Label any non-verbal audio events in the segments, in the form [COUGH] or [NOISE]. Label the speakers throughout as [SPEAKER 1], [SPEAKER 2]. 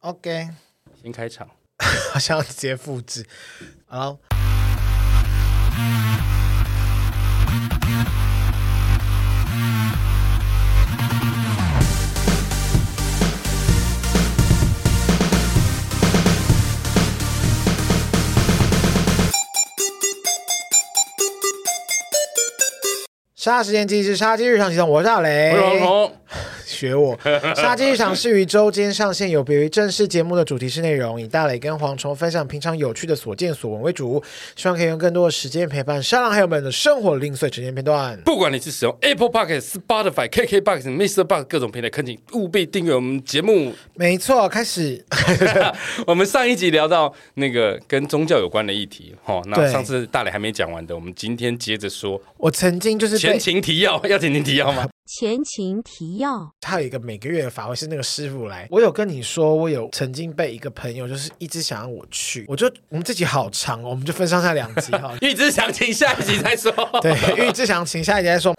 [SPEAKER 1] OK，
[SPEAKER 2] 先开场，
[SPEAKER 1] 好像要直接复制。好，杀时间机是杀鸡日常系统，我是大雷，
[SPEAKER 2] 我是王彤，
[SPEAKER 1] 学我。杀鸡日常是于周间上线，有别于正式节目的主题式内容，以大磊跟蝗虫分享平常有趣的所见所闻为主，希望可以用更多的时间陪伴沙狼还有们的生活零碎时间片段。
[SPEAKER 2] 不管你是使用 Apple Park、Spotify、KK Box、Mr. Box 各种平台，恳请务必订阅我们节目。
[SPEAKER 1] 没错，开始 [LAUGHS]
[SPEAKER 2] 我们上一集聊到那个跟宗教有关的议题，哦，那
[SPEAKER 1] 对
[SPEAKER 2] 上次大磊还没讲完的，我们今天接着说
[SPEAKER 1] 我曾经就是
[SPEAKER 2] 前
[SPEAKER 1] 被
[SPEAKER 2] 情提要，要前情提要
[SPEAKER 1] [LAUGHS]
[SPEAKER 2] 吗？。
[SPEAKER 3] 前情提要，
[SPEAKER 1] 他有一个每个月的法会是那个师傅来，我有跟你说，我有曾经被一个朋友就是一直想让我去，我就我们这集好长哦，我们就分上下两集哈
[SPEAKER 2] 预知详情，下一集再说。 [LAUGHS]
[SPEAKER 1] 对，预知详情下一集再说。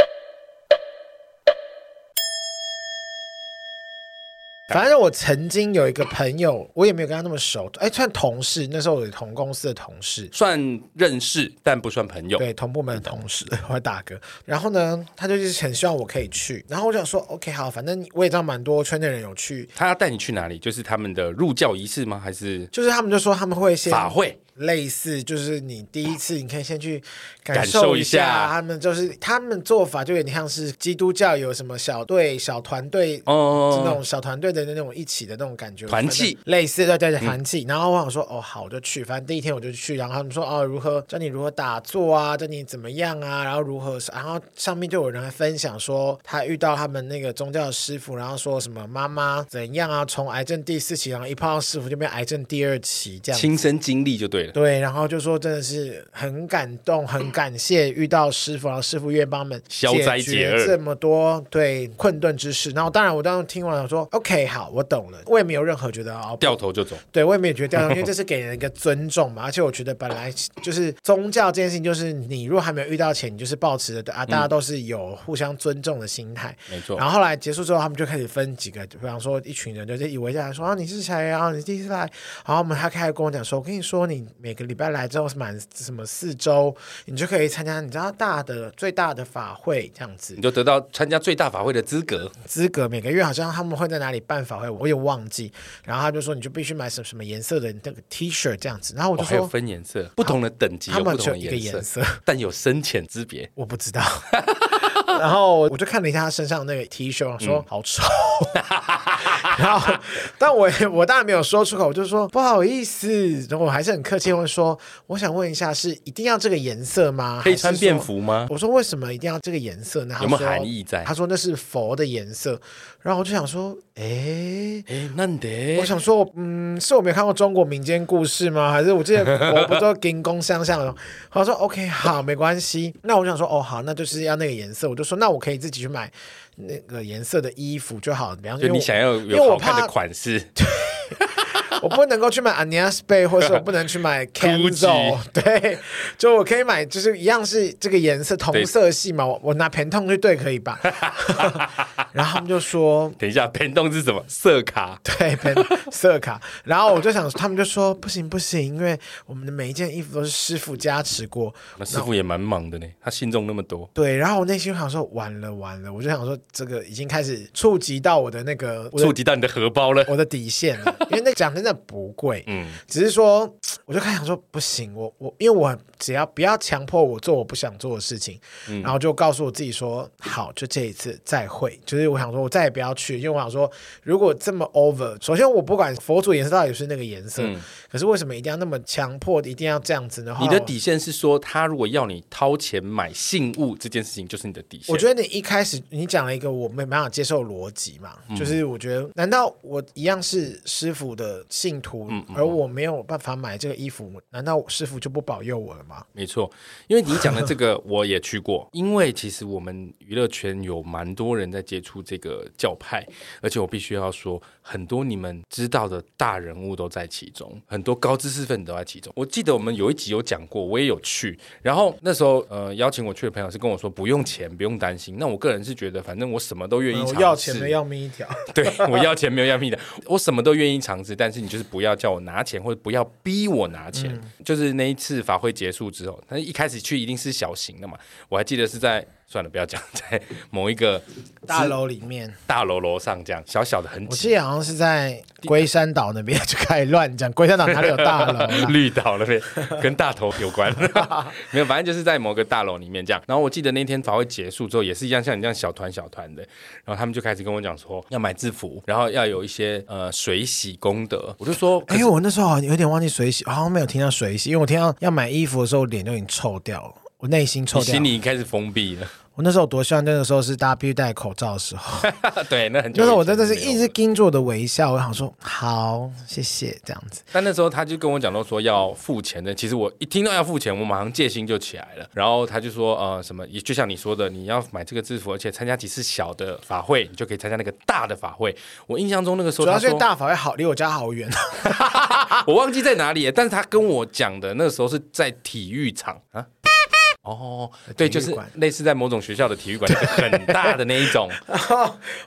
[SPEAKER 1] 反正我曾经有一个朋友，我也没有跟他那么熟，哎，算同事，那时候我有同公司的同事，
[SPEAKER 2] 算认识，但不算朋友。
[SPEAKER 1] 对，同部门的同事，我会打嗝。然后呢，他就是很希望我可以去，然后我就想说，OK，好，反正我也知道蛮多圈内人有去，
[SPEAKER 2] 他要带你去哪里？就是他们的入教仪式吗？还是
[SPEAKER 1] 就是他们就说他们会先
[SPEAKER 2] 法会？
[SPEAKER 1] 类似，就是你第一次，你可以先去感
[SPEAKER 2] 感
[SPEAKER 1] 受
[SPEAKER 2] 受
[SPEAKER 1] 一
[SPEAKER 2] 一
[SPEAKER 1] 下
[SPEAKER 2] 下
[SPEAKER 1] 他们，就是他们做法就有点像是基督教有什么小队、小团队。是那
[SPEAKER 2] 哦，
[SPEAKER 1] 种小团队的那种一起的那种感觉，
[SPEAKER 2] 团契
[SPEAKER 1] 反
[SPEAKER 2] 嗯
[SPEAKER 1] 正类似对对对团契。然后我想说，哦好，我就去。反正第一天我就去，然后他们说，哦如何教你如何打坐啊，教你怎么样啊，然后如何，然后上面就有人来分享说，他遇到他们那个宗教的师傅，然后说什么妈妈怎样啊，从癌症第四期，然后一碰到师傅就变癌症第二期这样子。
[SPEAKER 2] 亲身经历就对了。
[SPEAKER 1] 对，然后就说真的是很感动，很感谢遇到师傅，然后师傅愿意帮我们
[SPEAKER 2] 消灾解
[SPEAKER 1] 决
[SPEAKER 2] 厄
[SPEAKER 1] 这么多对困顿之事。然后当然我当时听完我说 OK 好，我懂了，我也没有任何觉得哦。
[SPEAKER 2] 掉头就走，
[SPEAKER 1] 对，我也没有觉得
[SPEAKER 2] [LAUGHS]
[SPEAKER 1] 掉，因为这是给人一个尊重嘛。而且我觉得本来就是宗教这件事情，就是你如果还没有遇到前，你就是保持着啊，
[SPEAKER 2] 嗯
[SPEAKER 1] 大家都是有互相尊重的心态。
[SPEAKER 2] 没错
[SPEAKER 1] 然。后后来结束之后，他们就开始分几个，比方说一群人就是以围下来说啊，你是谁啊？你第一次来，然后我们他开始跟我讲说，我跟你说，你每个礼拜来之后是满什么四周，你就可以参加你知道大的最大的法会这样子
[SPEAKER 2] 你就得到参加最大法会的资格，
[SPEAKER 1] 资格。每个月好像他们会在哪里办法会，我也忘记。然后他就说你就必须买什么什么颜色的那个 T 恤这样子。然后我
[SPEAKER 2] 哦，
[SPEAKER 1] 就
[SPEAKER 2] 还有
[SPEAKER 1] 说、
[SPEAKER 2] 分颜色，不同的等级
[SPEAKER 1] 他
[SPEAKER 2] 有
[SPEAKER 1] 们
[SPEAKER 2] 不
[SPEAKER 1] 只
[SPEAKER 2] 同
[SPEAKER 1] 有
[SPEAKER 2] 的
[SPEAKER 1] 一个颜
[SPEAKER 2] 色，
[SPEAKER 1] 色，
[SPEAKER 2] 但有深浅之别。
[SPEAKER 1] 我不知道。 [LAUGHS] 然后我就看了一下他身上那个 T 恤，我说、
[SPEAKER 2] 嗯
[SPEAKER 1] 好丑。 [LAUGHS] 然后，但我也我当然没有说出口，我就说不好意思，然后我还是很客气地问说，我想问一下，是一定要这个颜色吗？
[SPEAKER 2] 可以
[SPEAKER 1] 还是
[SPEAKER 2] 穿
[SPEAKER 1] 说
[SPEAKER 2] 便服吗？
[SPEAKER 1] 我说为什么一定要这个颜色呢？他
[SPEAKER 2] 有没有
[SPEAKER 1] 说
[SPEAKER 2] 含义在
[SPEAKER 1] 他说那是佛的颜色，然后我就想说，诶。
[SPEAKER 2] 哎，那得
[SPEAKER 1] 我想说，嗯，是我没有看过中国民间故事吗？还是我记得我不都金工相像
[SPEAKER 2] [LAUGHS]
[SPEAKER 1] 的？我说 OK，好，没关系。那我想说，哦，好，那就是要那个颜色。我就说，那我可以自己去买那个颜色的衣服就好。比方说，
[SPEAKER 2] 就
[SPEAKER 1] 因为
[SPEAKER 2] 你
[SPEAKER 1] 我
[SPEAKER 2] 想要
[SPEAKER 1] 因为我
[SPEAKER 2] 有好看
[SPEAKER 1] 怕
[SPEAKER 2] 的款式，
[SPEAKER 1] 我不能够去买 Ania Space，或是我不能去
[SPEAKER 2] [LAUGHS]
[SPEAKER 1] 买 Kenzo，对，就我可以买，就是一样是这个颜色同色系嘛，我我拿 Pantone 去对可以吧？ [LAUGHS] 然后他们就说。
[SPEAKER 2] 等一下，变动是什么？色卡
[SPEAKER 1] [LAUGHS] 对，Pan- 色卡，然后我就想，他们就说不行不行，因为我们的每一件衣服都是师傅加持过，
[SPEAKER 2] 那师傅也蛮忙的呢，他信众那么多，
[SPEAKER 1] 对。然后我内心想说，完了完了，我就想说，这个已经开始触及到我的那个我的
[SPEAKER 2] 触及到你的荷包了。
[SPEAKER 1] 我的底线
[SPEAKER 2] [LAUGHS]
[SPEAKER 1] 了，因为那讲真的不贵，
[SPEAKER 2] 嗯，
[SPEAKER 1] 只是说，我就开始想说，不行，我我因为我只要不要强迫我做我不想做的事情，
[SPEAKER 2] 嗯
[SPEAKER 1] 然后就告诉我自己说，好，就这一次再会。就是我想说，我再也不要去，因为我想说，如果这么 over，首先我不管佛祖颜色到底是那个颜色，可是为什么一定要那么强迫，一定要这样子呢？
[SPEAKER 2] 嗯你的
[SPEAKER 1] 后来
[SPEAKER 2] 底线是说，他如果要你掏钱买信物这件事情，就是你的底线。
[SPEAKER 1] 我觉得你一开始你讲了一个我没办法接受的逻辑嘛，
[SPEAKER 2] 嗯
[SPEAKER 1] 就是
[SPEAKER 2] 嗯
[SPEAKER 1] 我觉得难道我一样是师傅的信徒，而我没有办法买这个衣服，难道师傅就不保佑我了吗？
[SPEAKER 2] 没错，因为你讲的这
[SPEAKER 1] [LAUGHS]
[SPEAKER 2] 个我也去过，因为其实我们娱乐圈有蛮多人在接触这个教派，而且我必须要说，很多你们知道的大人物都在其中，很多高知识分子都在其中。我记得我们有一集有讲过，我也有去，然后那时候呃邀请我去的朋友是跟我说不用钱，不用担心。那我个人是觉得，反正我什么都愿意
[SPEAKER 1] 嗯
[SPEAKER 2] 尝
[SPEAKER 1] 呃我
[SPEAKER 2] 试，
[SPEAKER 1] 要钱的要命一
[SPEAKER 2] [LAUGHS]
[SPEAKER 1] 条，
[SPEAKER 2] 对我要钱没有要命的，我什么都愿意尝试，但是你就是不要叫我拿钱，或者不要逼我拿钱。
[SPEAKER 1] 嗯
[SPEAKER 2] 就是那一次法会结束之后，但是一开始去一定是小型的嘛，我还记得是在算了，不要讲， [LAUGHS] 在某一个
[SPEAKER 1] 大楼里面，
[SPEAKER 2] 大楼楼上这样小小的很
[SPEAKER 1] 我
[SPEAKER 2] 挤，
[SPEAKER 1] 记得好像是在龟山岛那边就开始乱讲，龟山岛哪里有大楼
[SPEAKER 2] [LAUGHS]
[SPEAKER 1] 啦？
[SPEAKER 2] 绿岛那边跟大头有
[SPEAKER 1] [LAUGHS]
[SPEAKER 2] 关，没有，反正就是在某个大楼里面这样。然后我记得那天法会结束之后，也是一样，像你这样小团小团的，然后他们就开始跟我讲说要买制服，然后要有一些呃水洗功德，我就说可
[SPEAKER 1] 哎、我那时候好像有点忘记水洗，好像没有听到水洗，因为我听到要买衣服的时候，我脸就已经臭掉了，我内心臭
[SPEAKER 2] 你
[SPEAKER 1] 掉
[SPEAKER 2] 心
[SPEAKER 1] 了。
[SPEAKER 2] 里开始封闭了。 [LAUGHS]
[SPEAKER 1] 我那时候多希望那个时候是大家必须戴口罩的时候，
[SPEAKER 2] 对，那很久。
[SPEAKER 1] 那时候我真的是一直，盯住我的微笑，我想说好，谢谢这样子。
[SPEAKER 2] 但那时候他就跟我讲到说要付钱的，其实我一听到要付钱，我马上戒心就起来了。然后他就说，呃，什么，也就像你说的，你要买这个制服，而且参加几次小的法会，你就可以参加那个大的法会。我印象中那个时候
[SPEAKER 1] 主要
[SPEAKER 2] 他
[SPEAKER 1] 是因
[SPEAKER 2] 说
[SPEAKER 1] 为，大法会好离我家好
[SPEAKER 2] [LAUGHS]
[SPEAKER 1] 远，
[SPEAKER 2] 我忘记在哪里了，但是他跟我讲的那个时候是在体育场
[SPEAKER 1] [LAUGHS]
[SPEAKER 2] 啊。哦，对，
[SPEAKER 1] 体
[SPEAKER 2] 就
[SPEAKER 1] 育
[SPEAKER 2] 是
[SPEAKER 1] 馆
[SPEAKER 2] 类似在某种学校的体育馆，很大的那一种。 [LAUGHS]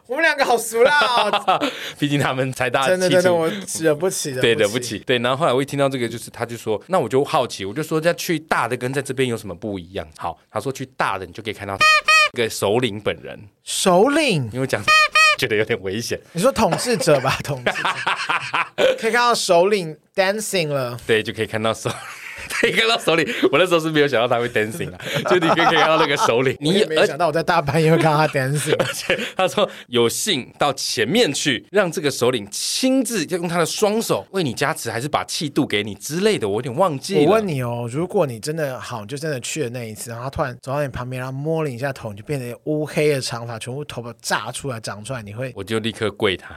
[SPEAKER 1] 我们两个好熟啦、哦，
[SPEAKER 2] 毕竟他们才大
[SPEAKER 1] [LAUGHS] 真的
[SPEAKER 2] 七
[SPEAKER 1] 真的，
[SPEAKER 2] 组
[SPEAKER 1] 我惹不起的，
[SPEAKER 2] 对，惹不。起。对，然后后来我一听到这个，就是他就说，那我就好奇，我就说，要去大的跟在这边有什么不一样？好，他说去大的你就可以看到这个首领本人，
[SPEAKER 1] 首领，
[SPEAKER 2] 因为我讲 [LAUGHS] 觉得有点危险，
[SPEAKER 1] 你说统治者吧， [LAUGHS] 统治者，可以看到首领 dancing 了，
[SPEAKER 2] 对，就可以看到 [LAUGHS] 首。可以看到首领，我那时候是没有想到他会 dancing 啊，就你可以看到那个
[SPEAKER 1] [LAUGHS]
[SPEAKER 2] 首领，
[SPEAKER 1] 我
[SPEAKER 2] 你
[SPEAKER 1] 也没
[SPEAKER 2] 而 [LAUGHS]
[SPEAKER 1] 想到我在大半夜会看到他 dancing，
[SPEAKER 2] 他说有幸到前面去，让这个首领亲自就用他的双手为你加持，还是把气度给你之类的，我有点忘记了。
[SPEAKER 1] 我问你哦，如果你真的好，就真的去了那一次，然后他突然走到你旁边，然后摸了你一下头，你就变成乌黑的长发，全部头发炸出来长出来，你会
[SPEAKER 2] 我就立刻跪他。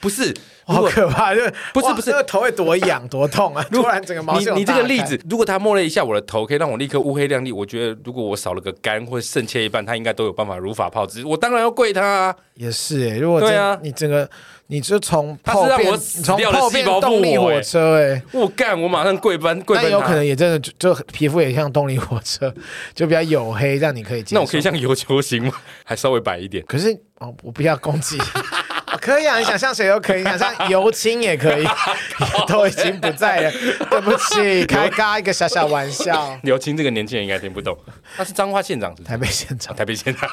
[SPEAKER 2] 不是，如
[SPEAKER 1] 好
[SPEAKER 2] 果
[SPEAKER 1] 可怕，就
[SPEAKER 2] 不是
[SPEAKER 1] 哇
[SPEAKER 2] 不是
[SPEAKER 1] 那个头会多痒多痛
[SPEAKER 2] [LAUGHS]
[SPEAKER 1] 啊！突然整个毛
[SPEAKER 2] 你
[SPEAKER 1] 线
[SPEAKER 2] 你这个
[SPEAKER 1] 有大
[SPEAKER 2] 例
[SPEAKER 1] 开
[SPEAKER 2] 子，如果他摸了一下我的头，可以让我立刻乌黑亮丽，我觉得如果我少了个肝或者肾切一半，他应该都有办法如法炮制。我当然要跪他啊！
[SPEAKER 1] 也是哎，如果
[SPEAKER 2] 对
[SPEAKER 1] 真
[SPEAKER 2] 啊
[SPEAKER 1] 你整个你就从
[SPEAKER 2] 他是
[SPEAKER 1] 炮
[SPEAKER 2] 让
[SPEAKER 1] 变，
[SPEAKER 2] 我
[SPEAKER 1] 你
[SPEAKER 2] 死
[SPEAKER 1] 从
[SPEAKER 2] 掉的
[SPEAKER 1] 炮
[SPEAKER 2] 细
[SPEAKER 1] 变
[SPEAKER 2] 胞
[SPEAKER 1] 动
[SPEAKER 2] 复
[SPEAKER 1] 力
[SPEAKER 2] 活
[SPEAKER 1] 火
[SPEAKER 2] 欸
[SPEAKER 1] 车哎。
[SPEAKER 2] 我干，我马上跪翻跪
[SPEAKER 1] 那
[SPEAKER 2] 翻
[SPEAKER 1] 有
[SPEAKER 2] 他
[SPEAKER 1] 可能也真的就就皮肤也像动力火车， [LAUGHS] 就比较黝黑，让你可以接受。
[SPEAKER 2] 那我可以像油球形吗？还稍微白一点。
[SPEAKER 1] 可是哦，我不要攻击。 [LAUGHS] 可以啊，你想像谁都可以，你想像尤青也
[SPEAKER 2] [LAUGHS]
[SPEAKER 1] 可以，都已经不在了。对不起，开嘎一个小小玩笑。
[SPEAKER 2] [LAUGHS] 刘青这个年轻人应该听
[SPEAKER 1] [LAUGHS]
[SPEAKER 2] 不懂，他是彰化县长是不是
[SPEAKER 1] 台北现场，
[SPEAKER 2] 台北县
[SPEAKER 1] [LAUGHS]
[SPEAKER 2] 长，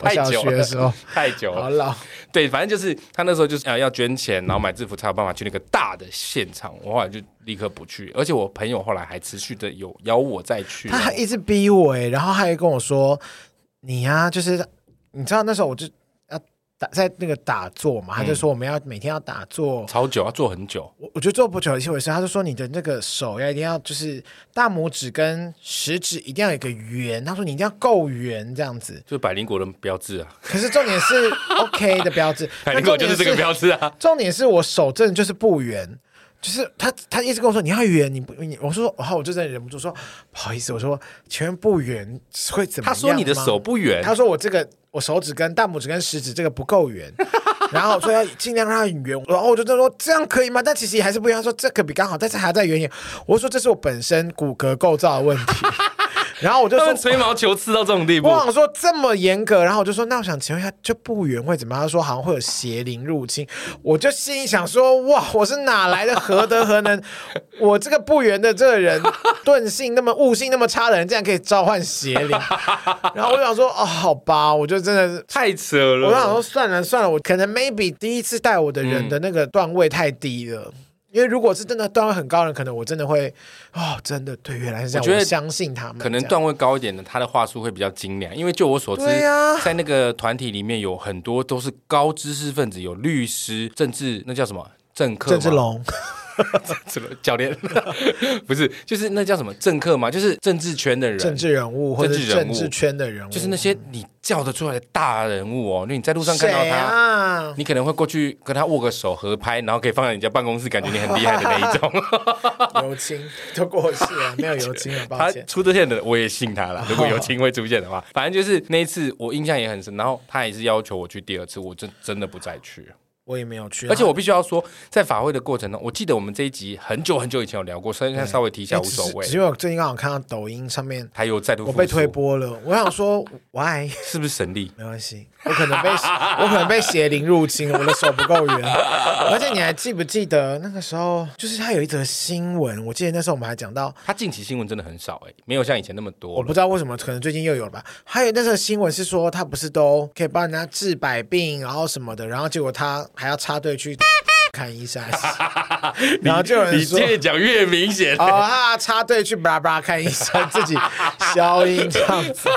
[SPEAKER 1] 我
[SPEAKER 2] 太
[SPEAKER 1] 小
[SPEAKER 2] 久
[SPEAKER 1] 学
[SPEAKER 2] 了
[SPEAKER 1] 的，时候
[SPEAKER 2] 太久了
[SPEAKER 1] 好。老，
[SPEAKER 2] 对，反正就是他那时候就是呃要捐钱，然后买制服才有办法去那个大的现场。我后来就立刻不去，而且我朋友后来还持续的有邀我再去哦。
[SPEAKER 1] 他还一直逼我哎、然后还跟我说：“你呀、就是你知道那时候我就要打在那个打坐
[SPEAKER 2] 嗯
[SPEAKER 1] 嘛，他就说我们要每天要打坐，
[SPEAKER 2] 超久，要坐很久。
[SPEAKER 1] 我我觉得做不久的一回事，他就说你的那个手要一定要就是大拇指跟食指一定要有一个圆，他说你一定要够圆这样子。
[SPEAKER 2] 就百灵果的标志 [LAUGHS] 啊，
[SPEAKER 1] 可是重点是 OK 的标志，
[SPEAKER 2] 百灵果就是这个标
[SPEAKER 1] 志。
[SPEAKER 2] 志啊。
[SPEAKER 1] 重点是我手真的就是不圆，就是他他一直跟我说你要圆，你不你我说然后我就真的忍不住说不好意思，我说请问不圆会怎么
[SPEAKER 2] [LAUGHS] 他
[SPEAKER 1] 样吗？
[SPEAKER 2] 说你的手不圆，
[SPEAKER 1] 他说我这个我手指跟大拇指跟食指这个不够圆， [LAUGHS] 然后说要尽量让它圆，然后我就在说这样可以吗？但其实也还是不一样，他说这可比刚好，但是还在圆一点。我说这是我本身骨骼构造的问题， [LAUGHS] 然后我就
[SPEAKER 2] 他
[SPEAKER 1] 说
[SPEAKER 2] 们。吹毛求疵到这种地步
[SPEAKER 1] 我，想说这么严格，然后我就说，那我想请问一下，就不圆会怎么样？他说好像会有邪灵入侵，我就心里想说，哇，我是哪来的何德何能？我这个不圆的这个人，钝性那么悟性那么差的人，竟然可以召唤邪灵？然后我就想说，哦，好吧，我就真的是。
[SPEAKER 2] 太扯
[SPEAKER 1] 我就想
[SPEAKER 2] 了。
[SPEAKER 1] 说算了算了，我可能 maybe 第一次带我的人的那个段位太低了，因为如果是真的段位很高的人，可能我真的会哦，真的对，原来是这样，
[SPEAKER 2] 我觉得
[SPEAKER 1] 我相信他们这样，
[SPEAKER 2] 可能段位高一点的，他的话术会比较精良，因为就我所知
[SPEAKER 1] 对啊，
[SPEAKER 2] 在那个团体里面有很多都是高知识分子，有律师、政治，那叫什么政客吗？
[SPEAKER 1] 郑志龙
[SPEAKER 2] [LAUGHS] 什么教练？ [LAUGHS] 不是，就是那叫什么政客嘛，就是政治圈的人，
[SPEAKER 1] 政治人物或者
[SPEAKER 2] 政治人
[SPEAKER 1] 政
[SPEAKER 2] 物
[SPEAKER 1] 治圈的人物，
[SPEAKER 2] 就是那些你叫得出来的大人物哦。因为你在路上看到
[SPEAKER 1] 谁
[SPEAKER 2] 他，
[SPEAKER 1] 啊？
[SPEAKER 2] 你可能会过去跟他握个手合拍，然后可以放在你家办公室，感觉你很厉害的那一种。
[SPEAKER 1] 尤金 [LAUGHS] 都过世了， [LAUGHS]
[SPEAKER 2] [LAUGHS]
[SPEAKER 1] 没有尤金了，抱
[SPEAKER 2] 他
[SPEAKER 1] 歉。
[SPEAKER 2] 出这些的我也信他
[SPEAKER 1] [LAUGHS]
[SPEAKER 2] 了，如果有情会出现的话，反正就是那一次我印象也很深，然后他也是要求我去第二次，我真真的不再去。
[SPEAKER 1] 我也没有去，啊哎
[SPEAKER 2] 而且我必须要说，在法会的过程中，我记得我们这一集很久很久以前有聊过，所以现在稍微提一下
[SPEAKER 1] 然
[SPEAKER 2] 无
[SPEAKER 1] 后只是
[SPEAKER 2] 所谓
[SPEAKER 1] 只。是因为我最近刚好看到抖音上面
[SPEAKER 2] 他又再度
[SPEAKER 1] 我被
[SPEAKER 2] 复出
[SPEAKER 1] 推，播了，我想说 why [LAUGHS]
[SPEAKER 2] 是不是神力？
[SPEAKER 1] 没关系，我可能被 [LAUGHS] 我可能被邪灵入侵了，我的手不够
[SPEAKER 2] [LAUGHS]
[SPEAKER 1] 圆。而且你还记不记得那个时候，就是他有一则新闻，我记得那时候我们还讲到，
[SPEAKER 2] 他近期新闻真的很少哎、没有像以前那么多
[SPEAKER 1] 我不
[SPEAKER 2] 了。
[SPEAKER 1] 知道为什么，可能最近又有了吧。还有那则新闻是说他不是都可以帮人家治百病，然后什么的，然后结果他还要插队去看医
[SPEAKER 2] [LAUGHS]
[SPEAKER 1] 生，然后就有人
[SPEAKER 2] 你
[SPEAKER 1] 说。
[SPEAKER 2] 越讲越明显，
[SPEAKER 1] 哦，他插队去巴拉巴拉看医生，自己消音这样子。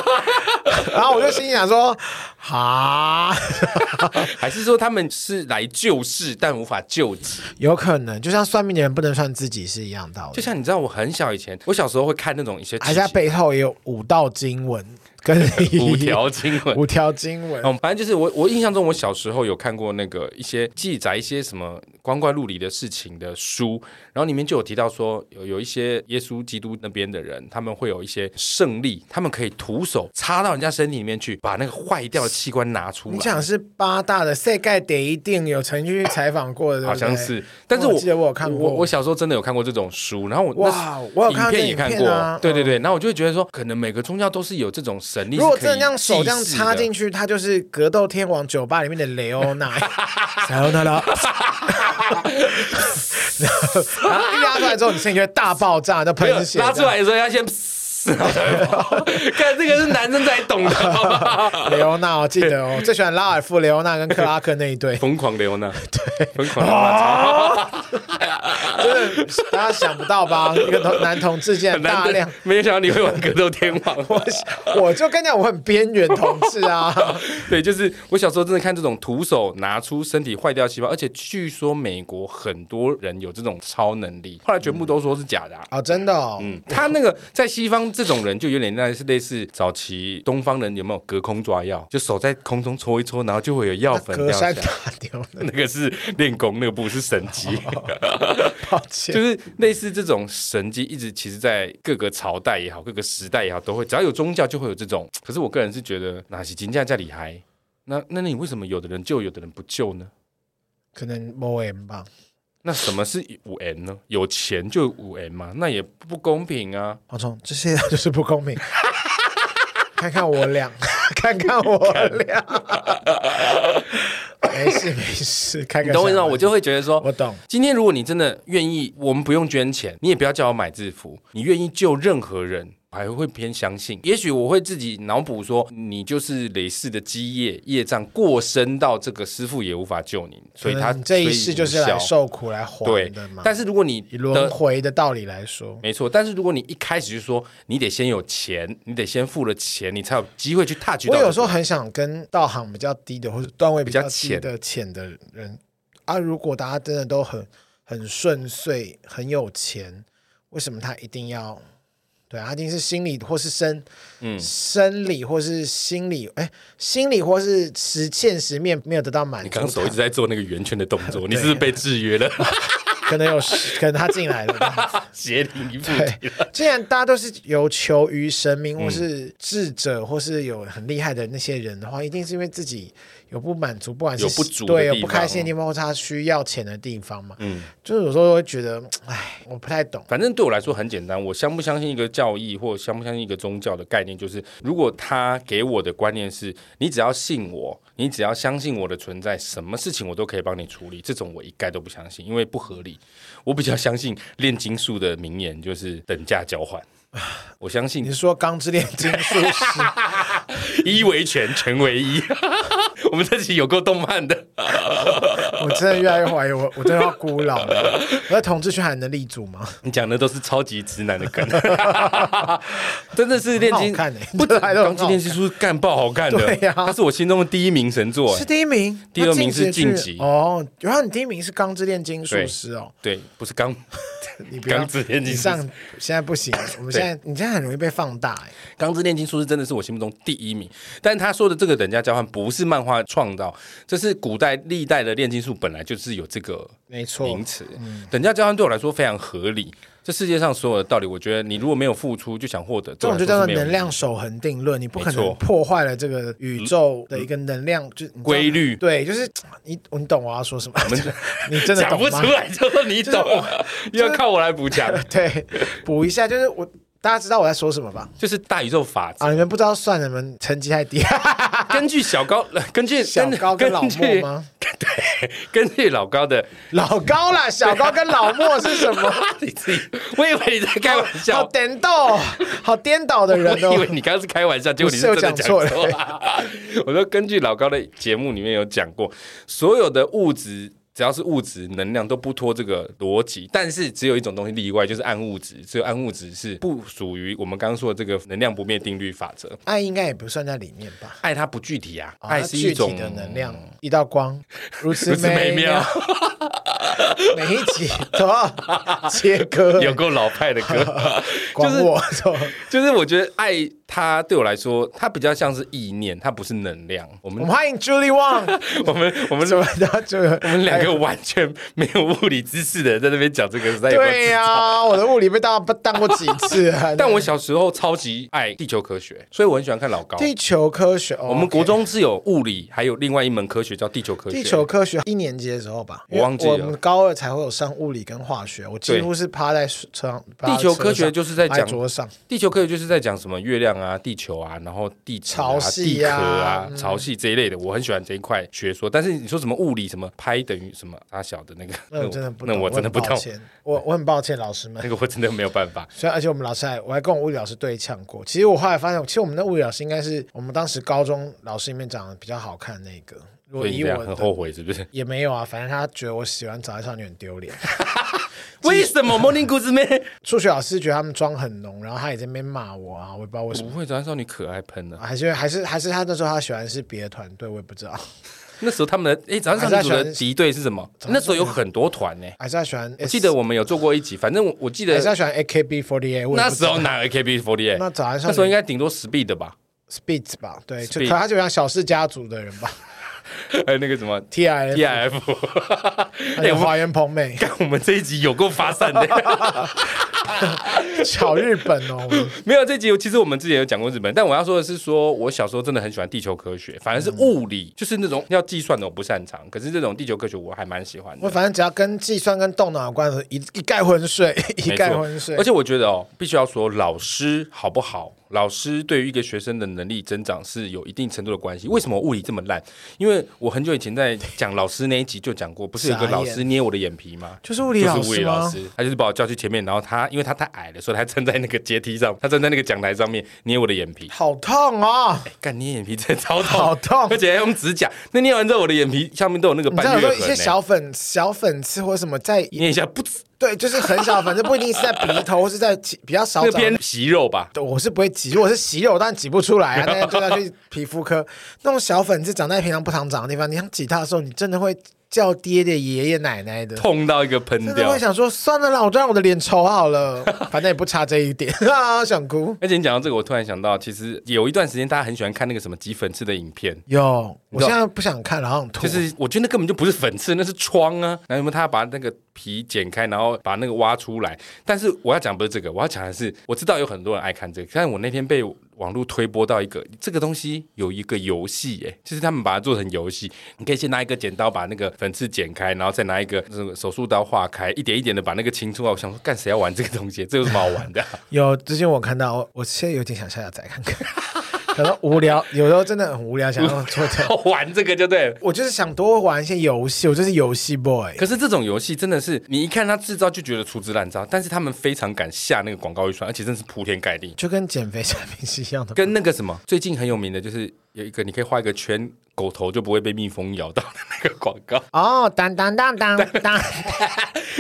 [SPEAKER 1] 然后我就心想说，哈， [LAUGHS]
[SPEAKER 2] 还是说他们是来救世但无法救急？
[SPEAKER 1] 有可能就像算命的人不能算自己是一样道
[SPEAKER 2] 就
[SPEAKER 1] 理，
[SPEAKER 2] 像你知道，我很小以前，我小时候会看那种一些
[SPEAKER 1] 还是他背后也有五道经文跟
[SPEAKER 2] 五条经文，
[SPEAKER 1] [LAUGHS] 五条经文。
[SPEAKER 2] 嗯，反正就是我，我印象中，我小时候有看过那个一些记载一些什么光怪陆离的事情的书，然后里面就有提到说，有有一些耶稣基督那边的人，他们会有一些胜利，他们可以徒手插到人家身体里面去，把那个坏掉的器官拿出
[SPEAKER 1] 你
[SPEAKER 2] 来。
[SPEAKER 1] 讲是八大的世界得一定有曾经去采访过的，对不
[SPEAKER 2] 好
[SPEAKER 1] 对
[SPEAKER 2] 像是，但是
[SPEAKER 1] 我
[SPEAKER 2] 我
[SPEAKER 1] 记得我有看过
[SPEAKER 2] 我我小时候真的有看过这种书，然后我
[SPEAKER 1] 哇
[SPEAKER 2] 那时
[SPEAKER 1] 我有看到
[SPEAKER 2] 影片也看
[SPEAKER 1] 这影
[SPEAKER 2] 过
[SPEAKER 1] 片啊，
[SPEAKER 2] 对对对，然后我就会觉得说，可能每个宗教都是有这种神力是可
[SPEAKER 1] 如
[SPEAKER 2] 以祭祀的，
[SPEAKER 1] 果真的这样手这样插进去，他就是格斗天王酒吧里面的雷欧娜，
[SPEAKER 2] [LAUGHS]
[SPEAKER 1] 塞欧娜了。然后一拉出来之后，你身体就会大爆炸，就
[SPEAKER 2] 没有
[SPEAKER 1] 喷血。
[SPEAKER 2] 拉出来的时候要先 [LAUGHS] 嘶。然后才会跑看这个是男生才懂的，好不好？
[SPEAKER 1] 这样，雷欧娜，我记得
[SPEAKER 2] [LAUGHS]
[SPEAKER 1] 哦，我最喜欢拉尔夫、雷欧娜跟克拉克那一对，
[SPEAKER 2] 疯狂流
[SPEAKER 1] [LAUGHS]
[SPEAKER 2] 呢？对，疯狂流呢，
[SPEAKER 1] 真的大家想不到吧？一个同男同志竟然
[SPEAKER 2] 很难
[SPEAKER 1] 大
[SPEAKER 2] 得 [LAUGHS]
[SPEAKER 1] 量，，
[SPEAKER 2] 没有想到你会玩格斗天王。
[SPEAKER 1] 我就跟你讲，我很边缘同志啊。
[SPEAKER 2] 对，就是我小时候真的看这种徒手拿出身体坏掉细胞，而且据说美国很多人有这种超能力，后来
[SPEAKER 1] 嗯
[SPEAKER 2] 全部都说是假的啊、
[SPEAKER 1] 哦，真的哦，
[SPEAKER 2] 嗯，他那个在西方这种人就有点类似类似早期东方人有没有隔空抓药，就手在空中搓一搓，然后就会有药粉
[SPEAKER 1] 隔
[SPEAKER 2] 掉下
[SPEAKER 1] 山
[SPEAKER 2] 来
[SPEAKER 1] 打。牛的，
[SPEAKER 2] 那个是练功，那个不是神
[SPEAKER 1] [LAUGHS]
[SPEAKER 2] 机，
[SPEAKER 1] 哦抱
[SPEAKER 2] 就
[SPEAKER 1] 歉。
[SPEAKER 2] 是类似这种神机，一直其实在各个朝代也好，各个时代也好，都会只要有宗教就会有这种。可是我个人是觉得，哪些金价在厉害？那那你为什么有的人救，有的人不救呢？
[SPEAKER 1] 可能某 M 吧，
[SPEAKER 2] 那什么是五 N 呢？有钱就五 N 嘛？那也不公平啊！
[SPEAKER 1] 黄虫，这些就是不公平。看看我俩， [LAUGHS] 看看我俩，没事没事，开
[SPEAKER 2] 你
[SPEAKER 1] 个
[SPEAKER 2] 懂我意思吗？
[SPEAKER 1] 小玩
[SPEAKER 2] 我就会觉得说，
[SPEAKER 1] 我懂。
[SPEAKER 2] 今天如果你真的愿意，我们不用捐钱，你也不要叫我买制服，你愿意救任何人。我还会偏相信，也许我会自己脑补说，你就是累世的基业业障过深到这个师傅也无法救你，所以他
[SPEAKER 1] 可能这一
[SPEAKER 2] 催
[SPEAKER 1] 世
[SPEAKER 2] 你
[SPEAKER 1] 就是来
[SPEAKER 2] 消
[SPEAKER 1] 受苦来还
[SPEAKER 2] 对
[SPEAKER 1] 的嘛。。
[SPEAKER 2] 但是如果你
[SPEAKER 1] 以轮
[SPEAKER 2] 的
[SPEAKER 1] 回的道理来说，
[SPEAKER 2] 没错，但是如果你一开始就说你得先有钱，你得先付了钱，你才有机会去踏取到
[SPEAKER 1] 我
[SPEAKER 2] 这个。
[SPEAKER 1] 有时候很想跟道行比较低的或者段位比较低
[SPEAKER 2] 比较
[SPEAKER 1] 的浅的人啊，如果大家真的都很很顺遂、很有钱，为什么他一定要？对啊，他一定是心理或是身，嗯，生理或是心理，哎，心理或是实现实面没有得到满足，
[SPEAKER 2] 你刚刚手一直
[SPEAKER 1] 他
[SPEAKER 2] 在做那个圆圈的动
[SPEAKER 1] [LAUGHS]
[SPEAKER 2] 作，你是不是被制约了？ [LAUGHS]
[SPEAKER 1] 可能有，可能他进来了。
[SPEAKER 2] 邪灵一附 [LAUGHS] 体
[SPEAKER 1] 对
[SPEAKER 2] 了。，
[SPEAKER 1] 既然大家都是有求于神明，
[SPEAKER 2] 嗯
[SPEAKER 1] 或是智者，或是有很厉害的那些人的话，一定是因为自己有不满足，不管是
[SPEAKER 2] 有不足的
[SPEAKER 1] 对有
[SPEAKER 2] 地
[SPEAKER 1] 不
[SPEAKER 2] 方
[SPEAKER 1] 开心的地方，或是他需要钱的地方嘛。嗯，就是有时候会觉得，哎，我不太懂。
[SPEAKER 2] 反正对我来说很简单，我相不相信一个教义或相不相信一个宗教的概念，就是如果他给我的观念是你只要信我，你只要相信我的存在，什么事情我都可以帮你处理，这种我一概都不相信，因为不合理。 [LAUGHS] 我比较相信炼金术的名言就是等价交换。 [LAUGHS] 我相
[SPEAKER 1] 你
[SPEAKER 2] 信 [LAUGHS]
[SPEAKER 1] 是说《钢之炼金术师》 [LAUGHS]
[SPEAKER 2] [LAUGHS] 一为全，全为一。我们这期有够动漫的，
[SPEAKER 1] 我真的越来越怀疑我，我真的要孤老了。我在同志圈还能立足吗？
[SPEAKER 2] 你讲的都是超级直男的梗，真的
[SPEAKER 1] [LAUGHS]
[SPEAKER 2] 是炼金
[SPEAKER 1] 很好看欸
[SPEAKER 2] 不
[SPEAKER 1] 真
[SPEAKER 2] 止
[SPEAKER 1] 的还是很好
[SPEAKER 2] 钢
[SPEAKER 1] 看
[SPEAKER 2] 筋炼金术干爆好看的，
[SPEAKER 1] 对呀
[SPEAKER 2] 它是我心中的第一名神作、
[SPEAKER 1] 是
[SPEAKER 2] 欸。
[SPEAKER 1] 第一名，
[SPEAKER 2] 第二名是
[SPEAKER 1] 那晋
[SPEAKER 2] 晋级
[SPEAKER 1] 哦。然后你第一名是《钢之炼金术师》哦，
[SPEAKER 2] 对，不是钢
[SPEAKER 1] 你不要
[SPEAKER 2] 钢之炼金
[SPEAKER 1] 你
[SPEAKER 2] 术
[SPEAKER 1] 上，现在不行，我们现在你现在很容易被放大哎。
[SPEAKER 2] 钢之炼金术师真的是我心目中第一名。但他说的这个等价交换不是漫画创造，这是古代历代的炼金术本来就是有这个
[SPEAKER 1] 没错嗯
[SPEAKER 2] 名词。等价交换对我来说非常合理。这世界上所有的道理，我觉得你如果没有付出就想获得，
[SPEAKER 1] 这种就
[SPEAKER 2] 对我
[SPEAKER 1] 叫
[SPEAKER 2] 来说
[SPEAKER 1] 做
[SPEAKER 2] 是没有
[SPEAKER 1] 能
[SPEAKER 2] 意义
[SPEAKER 1] 量守恒定论，你不可
[SPEAKER 2] 没
[SPEAKER 1] 能
[SPEAKER 2] 错
[SPEAKER 1] 破坏了这个宇宙的一个能量，就你知道
[SPEAKER 2] 规律
[SPEAKER 1] 对，就是你，你懂我要说什么？ [LAUGHS] 你真的
[SPEAKER 2] 讲
[SPEAKER 1] 懂
[SPEAKER 2] 不
[SPEAKER 1] 吗
[SPEAKER 2] 出？来，就是你懂，又要靠我来补讲，
[SPEAKER 1] [LAUGHS] 对，补一下，就是我大家知道我在说什么
[SPEAKER 2] [LAUGHS]
[SPEAKER 1] 吧？
[SPEAKER 2] 就是大宇宙法则。
[SPEAKER 1] 啊，你们不知道算，你们成绩太低。啊
[SPEAKER 2] [LAUGHS] 根据小高，根据
[SPEAKER 1] 小高跟老莫？
[SPEAKER 2] [LAUGHS]
[SPEAKER 1] 吗？
[SPEAKER 2] 根据根据老高的，
[SPEAKER 1] [LAUGHS]
[SPEAKER 2] [LAUGHS]
[SPEAKER 1] 老高啦，小高跟老莫是什么？
[SPEAKER 2] 你自己，我以为你在开玩
[SPEAKER 1] 好
[SPEAKER 2] 笑，
[SPEAKER 1] 颠倒，好颠倒的人
[SPEAKER 2] 我以
[SPEAKER 1] 哦
[SPEAKER 2] 为。你刚刚是开玩笑，结果你是
[SPEAKER 1] 不
[SPEAKER 2] 真
[SPEAKER 1] 是
[SPEAKER 2] 的
[SPEAKER 1] 我讲错
[SPEAKER 2] 讲错
[SPEAKER 1] 了
[SPEAKER 2] 了。 [LAUGHS] 我说根据老高的节目里面有讲过，所有的物质。只要是物质能量都不脱这个逻辑，但是只有一种东西例外，就是暗物质。只有暗物质是不属于我们刚刚说的这个能量不灭定律法则。
[SPEAKER 1] 爱应该也不算在里面吧？
[SPEAKER 2] 爱它不具体啊，
[SPEAKER 1] 啊
[SPEAKER 2] 爱
[SPEAKER 1] 它
[SPEAKER 2] 是
[SPEAKER 1] 具
[SPEAKER 2] 一
[SPEAKER 1] 体
[SPEAKER 2] 种
[SPEAKER 1] 的
[SPEAKER 2] [LAUGHS]
[SPEAKER 1] 能量，一道光，如此
[SPEAKER 2] 如此美妙，
[SPEAKER 1] 每一集都要切割，
[SPEAKER 2] [LAUGHS] 有够老派的歌，
[SPEAKER 1] 管
[SPEAKER 2] 就是
[SPEAKER 1] 我走。
[SPEAKER 2] 就是我觉得爱它对我来说，它比较像是意念，它不是能量。
[SPEAKER 1] 我
[SPEAKER 2] 我们
[SPEAKER 1] 们欢迎 Julie
[SPEAKER 2] [LAUGHS]
[SPEAKER 1] Wang，
[SPEAKER 2] 我们我们
[SPEAKER 1] 怎么到这个？我
[SPEAKER 2] 我们两个完全没有物理知识的人在那边讲这个，实在有够
[SPEAKER 1] 对呀、
[SPEAKER 2] 智障
[SPEAKER 1] 我的物理被当当过几次啊？
[SPEAKER 2] [LAUGHS] 但我小时候超级爱地球科学，所以我很喜欢看老
[SPEAKER 1] [LAUGHS]
[SPEAKER 2] 高。
[SPEAKER 1] 地球科学，哦
[SPEAKER 2] 我们国
[SPEAKER 1] OK
[SPEAKER 2] 中是有物理，还有另外一门科学叫地球科学。
[SPEAKER 1] 地球科学一年级的时候吧，
[SPEAKER 2] 我忘记了
[SPEAKER 1] 因为我们高二才会有上物理跟化学，我几乎是趴在车上。趴在
[SPEAKER 2] 地球
[SPEAKER 1] 车
[SPEAKER 2] 科学
[SPEAKER 1] 上
[SPEAKER 2] 就是在
[SPEAKER 1] 趴在
[SPEAKER 2] 讲
[SPEAKER 1] 桌上，
[SPEAKER 2] 地球科学就是在讲什么月亮啊、地球啊，然后地质啊、
[SPEAKER 1] 潮
[SPEAKER 2] 地
[SPEAKER 1] 汐
[SPEAKER 2] 壳
[SPEAKER 1] 啊
[SPEAKER 2] 啊、
[SPEAKER 1] 嗯
[SPEAKER 2] 潮汐这一类的，我很喜欢这一块学说。但是你说什么物理什么拍等于什么阿小的那个，
[SPEAKER 1] 那我真的不懂，
[SPEAKER 2] [LAUGHS] 那我真的不
[SPEAKER 1] 我很
[SPEAKER 2] 懂
[SPEAKER 1] 抱，歉我我很抱歉，老师们
[SPEAKER 2] 那。个我真的没有办法。
[SPEAKER 1] 所以，而且我们老师还，我还跟我物理老师对呛过。其实我后来发现，其实我们的物理老师应该是我们当时高中老师里面长得比较好看的那个。如
[SPEAKER 2] 所
[SPEAKER 1] 果
[SPEAKER 2] 以你
[SPEAKER 1] 以
[SPEAKER 2] 这样
[SPEAKER 1] 我
[SPEAKER 2] 很
[SPEAKER 1] 的
[SPEAKER 2] 后悔是不是？
[SPEAKER 1] 也没有啊，反正他觉得我喜欢早爱少女很丢脸。
[SPEAKER 2] [LAUGHS] 为什么 Morning Good Man
[SPEAKER 1] 数学老师觉得他们妆很浓，然后他也在那边骂我啊，我也不知道为什
[SPEAKER 2] 不
[SPEAKER 1] 么。
[SPEAKER 2] 会，早上少女可爱喷啊了。
[SPEAKER 1] 还是还是还是他那时候他喜欢的是别的团队，我也不知道。
[SPEAKER 2] 那时候他们的哎，早上少女组的敌对是什么？那时候有很多团呢。
[SPEAKER 1] 还是他喜欢，
[SPEAKER 2] 我记得我们有做过一集，反正我我记得
[SPEAKER 1] 还是他喜欢 AKB48。
[SPEAKER 2] 那时候哪有 AKB48？
[SPEAKER 1] 那早安少女
[SPEAKER 2] 那时候应该顶多 Speed 的吧， [LAUGHS]
[SPEAKER 1] Speed 吧，对，就
[SPEAKER 2] Speed
[SPEAKER 1] 可他就像小氏家族的人吧
[SPEAKER 2] 还有那个什么
[SPEAKER 1] t i
[SPEAKER 2] T
[SPEAKER 1] f
[SPEAKER 2] I F。
[SPEAKER 1] 还
[SPEAKER 2] [LAUGHS] 哎，
[SPEAKER 1] 有
[SPEAKER 2] 我
[SPEAKER 1] 华原朋美，
[SPEAKER 2] 干，我们这一集有够发散 [LAUGHS] 的。
[SPEAKER 1] [LAUGHS] 小日本哦，我们
[SPEAKER 2] 没有这集，其实我们之前有讲过日本，但我要说的是说我小时候真的很喜欢地球科学，反而是物理，就是那种要计算的我不擅长，可是这种地球科学我还蛮喜欢
[SPEAKER 1] 我
[SPEAKER 2] 的。
[SPEAKER 1] 反正只要跟计算跟动脑有关的，一一概昏睡，一
[SPEAKER 2] 没
[SPEAKER 1] 概
[SPEAKER 2] 错
[SPEAKER 1] 昏睡
[SPEAKER 2] 而。且我觉得哦，必须要说老师好不好，老师对于一个学生的能力增长是有一定程度的关系。为什么我物理这么烂？因为我很久以前在讲老师那一集就讲过，不是有一个
[SPEAKER 1] 傻眼
[SPEAKER 2] 老师捏我的眼皮吗？
[SPEAKER 1] 就是物理
[SPEAKER 2] 就是
[SPEAKER 1] 老
[SPEAKER 2] 物
[SPEAKER 1] 师
[SPEAKER 2] 理老
[SPEAKER 1] 吗？
[SPEAKER 2] 师，他就是把我叫去前面，然后他因为他太矮了，所以他站在那个阶梯上，他站在那个讲台上面捏我的眼皮，
[SPEAKER 1] 好痛哦！
[SPEAKER 2] 干捏眼皮真的超痛，
[SPEAKER 1] 好痛
[SPEAKER 2] 而且还用指甲。那捏完之后，我的眼皮下面都有那个
[SPEAKER 1] 你知道
[SPEAKER 2] 半
[SPEAKER 1] 有时
[SPEAKER 2] 月
[SPEAKER 1] 候
[SPEAKER 2] 痕、
[SPEAKER 1] 一些小粉小粉刺或什么在
[SPEAKER 2] 欸捏一下，不止
[SPEAKER 1] 对，就是很小，反正不一定是在鼻头，或是在其比较少
[SPEAKER 2] 那
[SPEAKER 1] 长的
[SPEAKER 2] 边皮肉吧。
[SPEAKER 1] 对，我是不会挤，如果是息肉，但挤不出来啊，那就要去皮肤科。那种小粉刺长在平常不常长的地方，你想挤它的时候，你真的会叫爹爹、爷爷奶奶的，
[SPEAKER 2] 痛到一个喷
[SPEAKER 1] 真的
[SPEAKER 2] 掉
[SPEAKER 1] 会，想说算了啦，我就让我的脸丑好了，反正也不差这一点 [LAUGHS] 啊，想哭。
[SPEAKER 2] 而且你讲到这个，我突然想到，其实有一段时间大家很喜欢看那个什么挤粉刺的影
[SPEAKER 1] 哦
[SPEAKER 2] 片，
[SPEAKER 1] 有，
[SPEAKER 2] 你
[SPEAKER 1] 我
[SPEAKER 2] 知道
[SPEAKER 1] 现在不想看了，好想吐。
[SPEAKER 2] 就是我觉得那根本就不是粉刺，那是疮啊。然后有没有他把那个皮剪开，然后把那个挖出来？但是我要讲不是这个，我要讲的是，我知道有很多人爱看这个，但我那天被网络推播到一个这个东西有一个游戏，耶，就是他们把它做成游戏，你可以先拿一个剪刀把那个粉刺剪开，然后再拿一个这个手术刀划开，一点一点的把那个清除啊。我想说，干谁要玩这个东西？这有什么好玩的啊、 [LAUGHS]
[SPEAKER 1] 有，最近我看到，我我现在有点想下载看看， [LAUGHS] 可能无
[SPEAKER 2] [LAUGHS]
[SPEAKER 1] 聊，有时候真的很无聊，想要做的。
[SPEAKER 2] 要玩这个就对了。
[SPEAKER 1] 我就是想多玩一些游戏，我就是游戏 boy。
[SPEAKER 2] 可是这种游戏真的是，你一看它制造就觉得粗制滥造，但是他们非常敢下那个广告预算，而且真是铺天盖地。
[SPEAKER 1] 就跟减肥产品是一样的，
[SPEAKER 2] 跟那个什么最近很有名的，就是有一个你可以画一个圈狗头就不会被蜜蜂咬到的那个广告， [LAUGHS]
[SPEAKER 1] 哦，当当当当当。 [LAUGHS]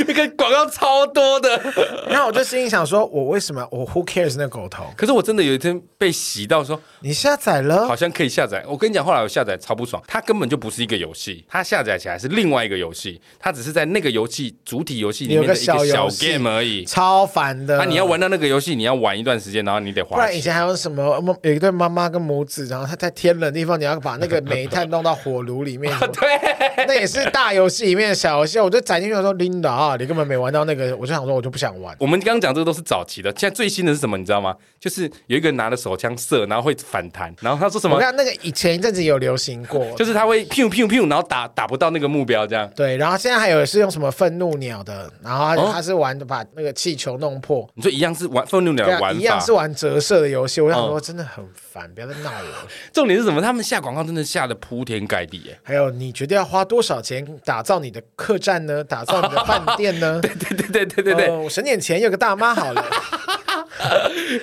[SPEAKER 2] 那个广告超多的。
[SPEAKER 1] 那我就心里想说，我为什么我 Who cares 那狗头？
[SPEAKER 2] 可是我真的有一天被洗到说，
[SPEAKER 1] 你下载了
[SPEAKER 2] 好？像可以下载。我跟你讲，后来我下载超不爽，它根本就不是一个游戏，它下载起来是另外一个游戏，它只是在那个游戏主体游戏里面
[SPEAKER 1] 有
[SPEAKER 2] 的一
[SPEAKER 1] 个
[SPEAKER 2] 个
[SPEAKER 1] 小
[SPEAKER 2] 小
[SPEAKER 1] 游戏
[SPEAKER 2] game 而已。
[SPEAKER 1] 超烦的。
[SPEAKER 2] 那、啊你要玩到那个游戏，你要玩一段时间，然后你得
[SPEAKER 1] 不
[SPEAKER 2] 花
[SPEAKER 1] 然以
[SPEAKER 2] 钱。
[SPEAKER 1] 前还有什么妈有一对妈妈跟母子，然后她在天冷的地方，你要把那个煤炭弄到火炉里面。
[SPEAKER 2] [LAUGHS] 对，
[SPEAKER 1] 那也是大游戏里面的小游戏，我就载进去的时候琳达啊，你根本没玩到那个，我就想说，我就不想玩。
[SPEAKER 2] 我们刚刚讲这个都是早期的，现在最新的是什么？你知道吗？就是有一个拿着手枪射，然后会反弹，然后他说什
[SPEAKER 1] 我
[SPEAKER 2] 么？
[SPEAKER 1] 看那个以前一阵子有流行
[SPEAKER 2] [LAUGHS]
[SPEAKER 1] 过，
[SPEAKER 2] 就是他会 p i u p i u p i u 然后打打不到那个目标，这样。
[SPEAKER 1] 对，然后现在还有是用什么愤怒鸟的，然后它
[SPEAKER 2] 哦
[SPEAKER 1] 它是玩把那个气球弄破，
[SPEAKER 2] 你说一样是玩愤怒鸟
[SPEAKER 1] 对
[SPEAKER 2] 的
[SPEAKER 1] 啊，
[SPEAKER 2] 玩
[SPEAKER 1] 一样
[SPEAKER 2] 法
[SPEAKER 1] 是，玩折射的游戏。我想说
[SPEAKER 2] 嗯
[SPEAKER 1] 真的很烦，不要再闹我了。
[SPEAKER 2] 重点是什么？他们下广告真的下的铺天盖地，哎，
[SPEAKER 1] 还有，你决定要花多少钱打造你的客栈呢？打造你的饭店呢？对
[SPEAKER 2] 对对对对对对，
[SPEAKER 1] 我哦省点钱有个大妈
[SPEAKER 2] [LAUGHS]
[SPEAKER 1] 好了。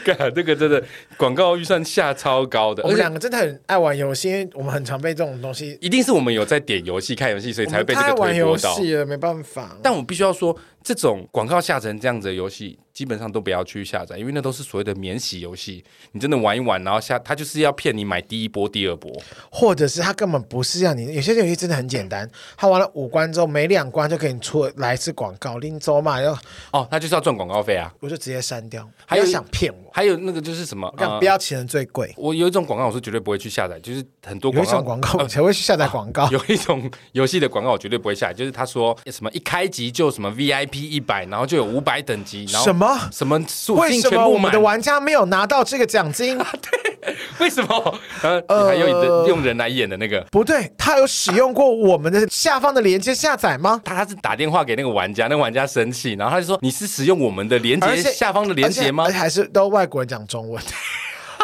[SPEAKER 2] 干，这个真的广告预算下超高的，
[SPEAKER 1] 我
[SPEAKER 2] 而
[SPEAKER 1] 们
[SPEAKER 2] 且
[SPEAKER 1] 两个真的很爱玩游戏，因为我们很常被这种东西，
[SPEAKER 2] 一定是我们有在点游戏、看游戏，所以
[SPEAKER 1] 我
[SPEAKER 2] 才会
[SPEAKER 1] 们
[SPEAKER 2] 被这
[SPEAKER 1] 太爱
[SPEAKER 2] 个
[SPEAKER 1] 玩
[SPEAKER 2] 推
[SPEAKER 1] 游
[SPEAKER 2] 播到。
[SPEAKER 1] 戏了，没办法。
[SPEAKER 2] 但我必须要说，这种广告下成这样子的游戏，基本上都不要去下载，因为那都是所谓的免洗游戏。你真的玩一玩，然后下，它就是要骗你买第一波、第二波。
[SPEAKER 1] 或者是他根本不是让你，有些游戏真的很简单，他玩了五关之后，每两关就给你出来一次广告，拎走嘛，然后
[SPEAKER 2] 哦，它就是要赚广告费啊。
[SPEAKER 1] 我就直接删掉。
[SPEAKER 2] 还有啊
[SPEAKER 1] 不要想骗我，
[SPEAKER 2] 还有那个就是什么，
[SPEAKER 1] 我讲
[SPEAKER 2] 呃
[SPEAKER 1] 不要钱人最贵。
[SPEAKER 2] 我有一种广告我是绝对不会去下载，就是很多
[SPEAKER 1] 有
[SPEAKER 2] 广
[SPEAKER 1] 一
[SPEAKER 2] 告
[SPEAKER 1] 种广告，我才会去下载广告。
[SPEAKER 2] 有一种游戏的广告我绝对不会下，就是他说什么一开集就什么 VIP 一百，然后就有五百等级，然后
[SPEAKER 1] 什么
[SPEAKER 2] 什么属
[SPEAKER 1] 为
[SPEAKER 2] 性
[SPEAKER 1] 什
[SPEAKER 2] 啊全
[SPEAKER 1] 么我
[SPEAKER 2] 部
[SPEAKER 1] 们
[SPEAKER 2] 满
[SPEAKER 1] 的，玩家没有拿到这个奖金？
[SPEAKER 2] 为什么？ [LAUGHS] 然
[SPEAKER 1] 呃
[SPEAKER 2] 后还有人用人来演的那个。
[SPEAKER 1] 不对，他有使用过我们的下方的链接下载吗？
[SPEAKER 2] 他他是打电话给那个玩家，那个玩家生气，然后他就说：“你是使用我们的连
[SPEAKER 1] 而
[SPEAKER 2] 接
[SPEAKER 1] 且
[SPEAKER 2] 下方的连接吗
[SPEAKER 1] 而且而且哎还是都外国人讲中文 [LAUGHS]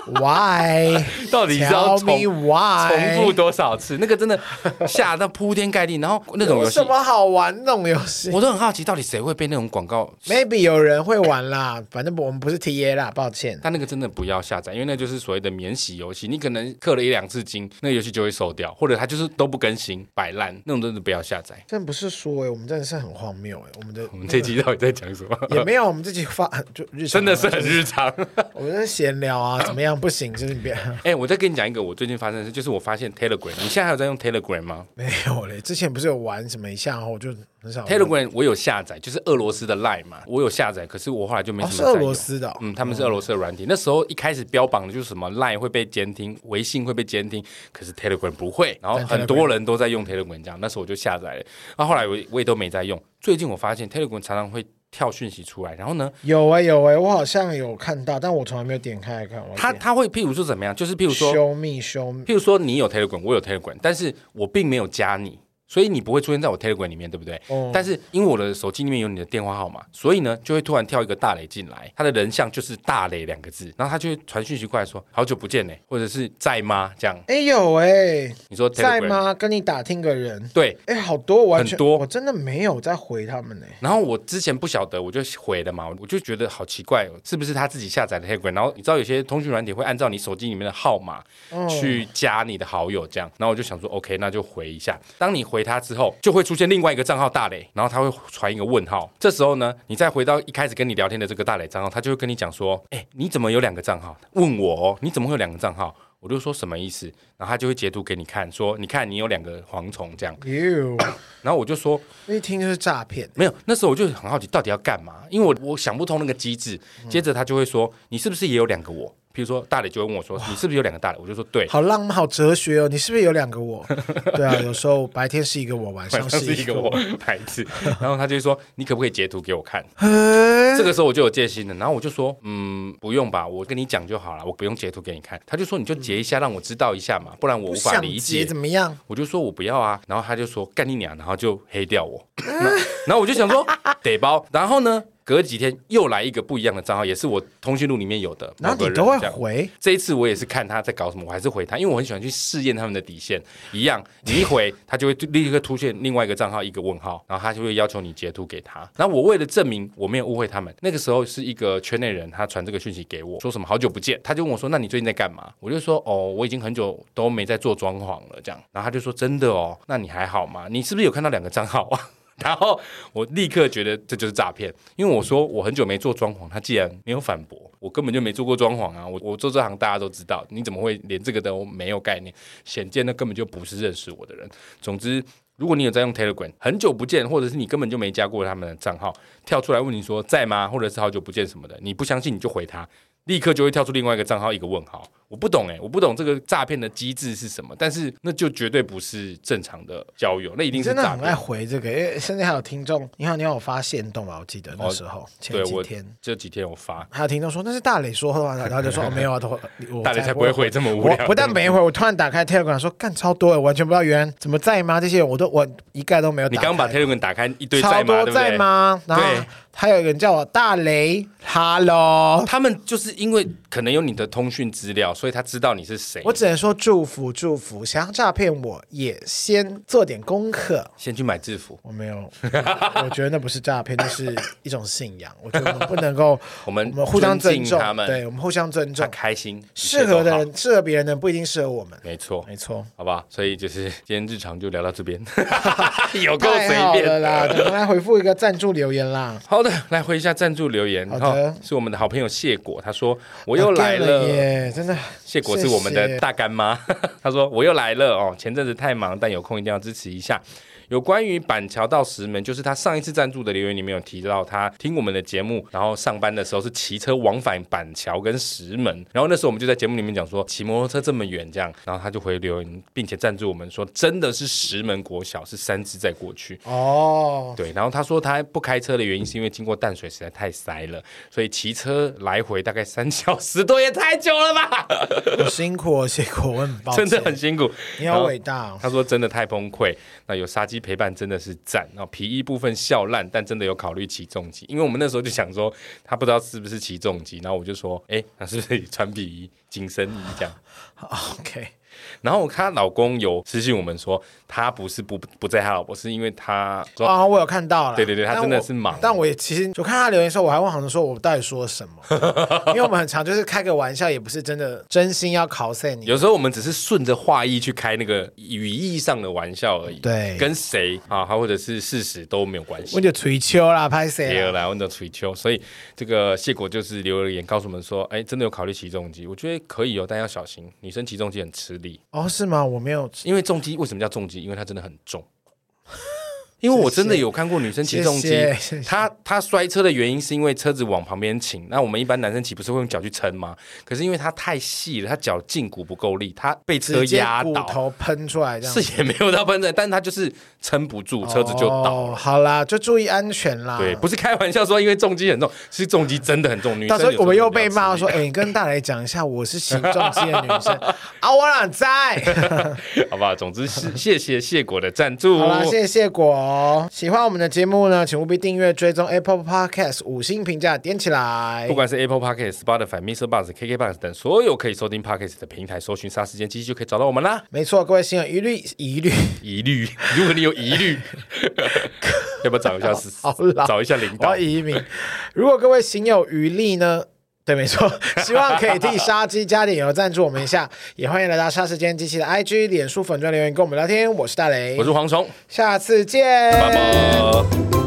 [SPEAKER 1] ？Why？
[SPEAKER 2] 到底是要
[SPEAKER 1] Tell me
[SPEAKER 2] 重
[SPEAKER 1] why？
[SPEAKER 2] 重复多少次？”那
[SPEAKER 1] [LAUGHS]
[SPEAKER 2] 个真的吓到铺天盖地，然后那种游
[SPEAKER 1] 有
[SPEAKER 2] 戏
[SPEAKER 1] 什，么好玩那种游戏
[SPEAKER 2] 我都很好奇，到底谁会被那种广告
[SPEAKER 1] ？Maybe 有人会玩啦，反正我们不是 TA 啦，抱歉。
[SPEAKER 2] 但那个真的不要下载，因为那就是所谓的免洗游戏，你可能氪了一两次金，那个游戏就会收掉，或者它就是都不更新，摆烂，那种真的不要下载。
[SPEAKER 1] 真的不是说哎、我们真的是很荒谬哎、我们的
[SPEAKER 2] 我们这集到底在讲什么？
[SPEAKER 1] 也没有，我们自己发就日常
[SPEAKER 2] 真的是
[SPEAKER 1] 啊
[SPEAKER 2] 很日常。 [LAUGHS]
[SPEAKER 1] 我们在闲聊啊，怎么样不行？就是你别 [LAUGHS]
[SPEAKER 2] 哎、我再跟你讲一个我最近发生的事，就是我发现 Telegram，你现在还有在用 Telegram 吗
[SPEAKER 1] 没有嘞。之前不是有玩什么一下，然后我就很少玩。
[SPEAKER 2] ？Telegram 我有下载，就是俄罗斯的 Line 嘛，我有下载，可是我后来就没
[SPEAKER 1] 哦是
[SPEAKER 2] 什么在用。
[SPEAKER 1] 俄罗斯的哦、
[SPEAKER 2] 嗯，他们是俄罗斯的软体。那时候一开始标榜的就是什么 Line 会被监听，微信会被监听，可是 Telegram 不会。然后
[SPEAKER 1] 但 Telegram
[SPEAKER 2] 很多人都在用 Telegram，这样，那时候我就下载了。然后后来我我也都没在用。最近我发现 Telegram 常常会跳讯息出来，然后呢，
[SPEAKER 1] 有哎、有哎、我好像有看到，但我从来没有点开来看。我
[SPEAKER 2] 它
[SPEAKER 1] 点
[SPEAKER 2] 它会譬如说怎么样，就是譬如说，
[SPEAKER 1] 修密修密，
[SPEAKER 2] 譬如说你有 Telegram，我有 Telegram，但是我并没有加你。所以你不会出现在我 Telegram 里面，对不对？
[SPEAKER 1] 哦
[SPEAKER 2] 但是因为我的手机里面有你的电话号码，所以呢就会突然跳一个大雷进来，他的人像就是大雷两个字，然后他就会传讯息过来说好久不见呢，或者是在吗？这样
[SPEAKER 1] 哎、有哎、
[SPEAKER 2] 你说 Telegram,
[SPEAKER 1] 在？吗？跟你打听个人，
[SPEAKER 2] 对。
[SPEAKER 1] 哎、好多，完全
[SPEAKER 2] 很多
[SPEAKER 1] 我真的没有在回他们呢、
[SPEAKER 2] 然后我之前不晓得，我就回了嘛，我就觉得好奇怪，哦，是不是他自己下载的 Telegram？然后你知道有些通讯软体会按照你手机里面的号码
[SPEAKER 1] 哦
[SPEAKER 2] 去加你的好友，这样。然后我就想说，OK，那就回一下。当你回他之后，就会出现另外一个账号大磊，然后他会传一个问号。这时候呢，你再回到一开始跟你聊天的这个大磊账号，他就会跟你讲说，哎，你怎么有两个账号？问我哦，你怎么会有两个账号？我就说什么意思，然后他就会截图给你看，说你看你有两个蝗虫这样， [COUGHS]
[SPEAKER 1] 哟，
[SPEAKER 2] 然后我就说
[SPEAKER 1] 一听就是诈骗。
[SPEAKER 2] 没有，那时候我就很好奇到底要干嘛，因为我我想不通那个机制。接着他就会说：“你是不是也有两个我？”比如说大磊就会问我说：“你是不是有两个大磊？”我就说：“ [LAUGHS] 对。”
[SPEAKER 1] 好浪漫，好哲学哦！你是不是有两个
[SPEAKER 2] [LAUGHS]
[SPEAKER 1] 我？对啊，有时候白天是一个我，晚
[SPEAKER 2] 晚
[SPEAKER 1] 上
[SPEAKER 2] 上
[SPEAKER 1] 是
[SPEAKER 2] 是一个我牌子， [LAUGHS] 然后他就说：“你可不可以截图给我 [LAUGHS] 看？”
[SPEAKER 1] 嘿
[SPEAKER 2] 这个时候我就有戒心了，然后我就说：“嗯，不用吧，我跟你讲就好了，我不用截图给你看。”他就说：“你就截一下，让我知道一下嘛，不然我
[SPEAKER 1] 不
[SPEAKER 2] 无法
[SPEAKER 1] 想
[SPEAKER 2] 理
[SPEAKER 1] 接
[SPEAKER 2] 解。
[SPEAKER 1] 怎”么样？
[SPEAKER 2] 我就说我不要啊， [LAUGHS] 然后他就说干你娘，然后就黑掉我，然后然后我就想说得包，然后呢，隔几天又来一个不一样的账号，也是我通讯录里面有的
[SPEAKER 1] 然
[SPEAKER 2] 某
[SPEAKER 1] 后
[SPEAKER 2] 个
[SPEAKER 1] 你
[SPEAKER 2] 人
[SPEAKER 1] 都会
[SPEAKER 2] 这样
[SPEAKER 1] 回，
[SPEAKER 2] 这一次我也是看他在搞什么，我还是回他，因为我很喜欢去试验他们的底线。一样，你一回他就会立刻出现另外一个账号一个问号，然后他就会要求你截图给他。然后我为了证明我没有误会他们，那个时候是一个圈内人，他传这个讯息给我，说什么好久不见，他就问我说：“那你最近在干嘛？”我就说：“哦，我已经很久都没在做装潢了。”这样，然后他就说：“真的哦，那你还好吗？你是不是有看到两个账号啊？”然后我立刻觉得这就是诈骗，因为我说我很久没做装潢，他既然没有反驳，我根本就没做过装潢啊，我我做这行大家都知道，你怎么会连这个都没有概念？显见那根本就不是认识我的人。总之，如果你有在用 Telegram，很久不见，或者是你根本就没加过他们的账号，跳出来问你说在吗，或者是好久不见什么的，你不相信你就回他，立刻就会跳出另外一个账号一个问号。我不懂诶、欸我不懂这个诈骗的机制是什么，但是那就绝对不是正常的交友，那一定
[SPEAKER 1] 你
[SPEAKER 2] 是
[SPEAKER 1] 真的
[SPEAKER 2] 诈
[SPEAKER 1] 很爱
[SPEAKER 2] 骗。
[SPEAKER 1] 回这个，因为甚至还有听众，你好，你有发现动吧？我记得那时候、前
[SPEAKER 2] 哦对
[SPEAKER 1] 几
[SPEAKER 2] 我
[SPEAKER 1] 天，
[SPEAKER 2] 这几天我发，
[SPEAKER 1] 还有听众说那是大磊说的话，然后就说、哦、没有啊，都
[SPEAKER 2] [LAUGHS]
[SPEAKER 1] 我
[SPEAKER 2] 大家才不会
[SPEAKER 1] 回。
[SPEAKER 2] 回这么无
[SPEAKER 1] 我
[SPEAKER 2] 聊。
[SPEAKER 1] 不但没回，我突然打开 Telegram 说干超多的，完全不知道原来怎么在吗？这些我都我一概都没有打
[SPEAKER 2] 你
[SPEAKER 1] 开。
[SPEAKER 2] 刚刚把 Telegram 打开一堆
[SPEAKER 1] 超
[SPEAKER 2] 在吗？
[SPEAKER 1] 多
[SPEAKER 2] 对不
[SPEAKER 1] 在
[SPEAKER 2] 对？
[SPEAKER 1] 吗？然后
[SPEAKER 2] 对
[SPEAKER 1] 还有一个人叫我大雷，Hello，
[SPEAKER 2] 他们就是因为可能有你的通讯资料，所以他知道你是谁。
[SPEAKER 1] 我只能说祝福祝福，想要诈骗我也先做点功课。
[SPEAKER 2] 先去买制服，
[SPEAKER 1] 我没
[SPEAKER 2] [LAUGHS]
[SPEAKER 1] 有，我觉得那不是诈骗，那是一种信仰。我觉得我们不能够
[SPEAKER 2] [LAUGHS] ，我们
[SPEAKER 1] 我们互相尊
[SPEAKER 2] 尊
[SPEAKER 1] 重
[SPEAKER 2] 敬他们
[SPEAKER 1] 对我们互相尊
[SPEAKER 2] 他
[SPEAKER 1] 重。
[SPEAKER 2] 开心，
[SPEAKER 1] 啊适合的
[SPEAKER 2] 一切都
[SPEAKER 1] 人，适合别人的人不一定适合我们
[SPEAKER 2] 好，。没错，
[SPEAKER 1] 没错，
[SPEAKER 2] 好吧。所以就是 [LAUGHS] 今天日常就聊
[SPEAKER 1] [LAUGHS]
[SPEAKER 2] 到这边，有够随
[SPEAKER 1] 太好
[SPEAKER 2] 便
[SPEAKER 1] 了啦！我
[SPEAKER 2] 的。
[SPEAKER 1] 们来回复一个赞助留言啦。
[SPEAKER 2] 好的，来回一下赞助留言。
[SPEAKER 1] 好的
[SPEAKER 2] 哦是我们的好朋友谢果，他说我又来
[SPEAKER 1] 干
[SPEAKER 2] 了。
[SPEAKER 1] 啊耶！真的，
[SPEAKER 2] 谢果是我们
[SPEAKER 1] 谢
[SPEAKER 2] 的
[SPEAKER 1] 谢
[SPEAKER 2] 大干妈， [LAUGHS] 她说我又来了哦，前阵子太忙，但有空一定要支持一下。有关于板桥到石门，就是他上一次赞助的留言里面有提到，他听我们的节目，然后上班的时候是骑车往返板桥跟石门，然后那时候我们就在节目里面讲说骑摩托车这么远这样，然后他就回留言，并且赞助我们说真的是石门国小是三只在过去，
[SPEAKER 1] 哦，
[SPEAKER 2] 对，然后他说他不开车的原因是因为经过淡水实在太塞了，所以骑车来回大概三小时多，也太久了吧，
[SPEAKER 1] 我辛苦了，谢果，我很抱歉，
[SPEAKER 2] 真的很辛苦。
[SPEAKER 1] 你
[SPEAKER 2] 然
[SPEAKER 1] 好
[SPEAKER 2] 后
[SPEAKER 1] 伟大哦。
[SPEAKER 2] 他说真的太崩溃，那有杀鸡陪伴真的是赞。然后皮衣部分笑烂，但真的有考虑起重机，因为我们那时候就想说他不知道是不是起重机，然后我就说，哎、那是不是穿皮衣、紧身衣这样？
[SPEAKER 1] OK，
[SPEAKER 2] 然后她老公有私信我们说，他不是不不在她老婆，是因为他说、
[SPEAKER 1] 啊、我有看到了。
[SPEAKER 2] 对对对他
[SPEAKER 1] 但
[SPEAKER 2] 真的
[SPEAKER 1] 我
[SPEAKER 2] 是忙
[SPEAKER 1] 但我也其实就看他留言的时候，我还问航总说，我到底说什
[SPEAKER 2] [LAUGHS]
[SPEAKER 1] 么？因为我们很常就是开个玩笑，也不是真的真心要 cos 你。
[SPEAKER 2] 有时候我们只是顺着话意去开那个语义上的玩笑而已，
[SPEAKER 1] 对
[SPEAKER 2] 跟谁啊，或者是事实都没有关系
[SPEAKER 1] 我。就捶秋啦，拍谁
[SPEAKER 2] 也有
[SPEAKER 1] 啦？
[SPEAKER 2] 来问到吹球，所以这个谢果就是留了言告诉我们说，哎，真的有考虑起重机，我觉得可以哦，但要小心，女生起重机很吃力，
[SPEAKER 1] 哦，是吗？我没有。
[SPEAKER 2] 因为重机为什么叫重机？因为它真的很
[SPEAKER 1] [LAUGHS]
[SPEAKER 2] 重。因为我真的有看过女生骑重
[SPEAKER 1] 谢
[SPEAKER 2] 机
[SPEAKER 1] 谢谢谢，
[SPEAKER 2] 她她摔车的原因是因为车子往旁边倾。那我们一般男生骑不是会用脚去撑吗？可是因为她太细了，她脚胫骨不够力，她被车
[SPEAKER 1] 直接
[SPEAKER 2] 压
[SPEAKER 1] 骨
[SPEAKER 2] 倒，
[SPEAKER 1] 头喷出来这样，
[SPEAKER 2] 是也没有到喷的，但她就是撑不住，车子就倒
[SPEAKER 1] 哦
[SPEAKER 2] 了。
[SPEAKER 1] 好啦，就注意安全啦。
[SPEAKER 2] 对，不是开玩笑说，因为重击很重，是重击真的很重。女
[SPEAKER 1] 到
[SPEAKER 2] 生
[SPEAKER 1] 时候我们又被
[SPEAKER 2] 有
[SPEAKER 1] 骂
[SPEAKER 2] 时候 [LAUGHS]
[SPEAKER 1] 说，
[SPEAKER 2] 真
[SPEAKER 1] 哎、你跟大雷讲一下，我是起重机的女
[SPEAKER 2] [LAUGHS]
[SPEAKER 1] 生啊，我哪在？
[SPEAKER 2] 的比较吃力，好不好？总之是谢谢谢果的赞助。
[SPEAKER 1] 好啦，谢谢果哦。喜欢我们的节目呢，请务必订阅、追踪 Apple Podcast，五星评价点起来
[SPEAKER 2] 不。管是 Apple Podcast、Spotify、Mr. Buzz、KK Buzz 等所有可以收听 Podcast 的平台，搜寻“杀时间机器”就可以找到我们啦。
[SPEAKER 1] 没错，各位心有疑虑，疑虑 [LAUGHS]
[SPEAKER 2] 疑虑，如果你有疑虑，要不要找一下是
[SPEAKER 1] 好老
[SPEAKER 2] 找一下领
[SPEAKER 1] 我要？
[SPEAKER 2] 导
[SPEAKER 1] 移民。如果各位行有余力呢？对，没
[SPEAKER 2] [LAUGHS]
[SPEAKER 1] 错，希望可以替杀鸡加点油，赞助我们一下，也欢迎来到杀时间机器的 IG、脸书粉专留言跟我们聊天。我是大雷 [LAUGHS]
[SPEAKER 2] 我，是蝗虫，
[SPEAKER 1] 下次见，
[SPEAKER 2] 拜拜。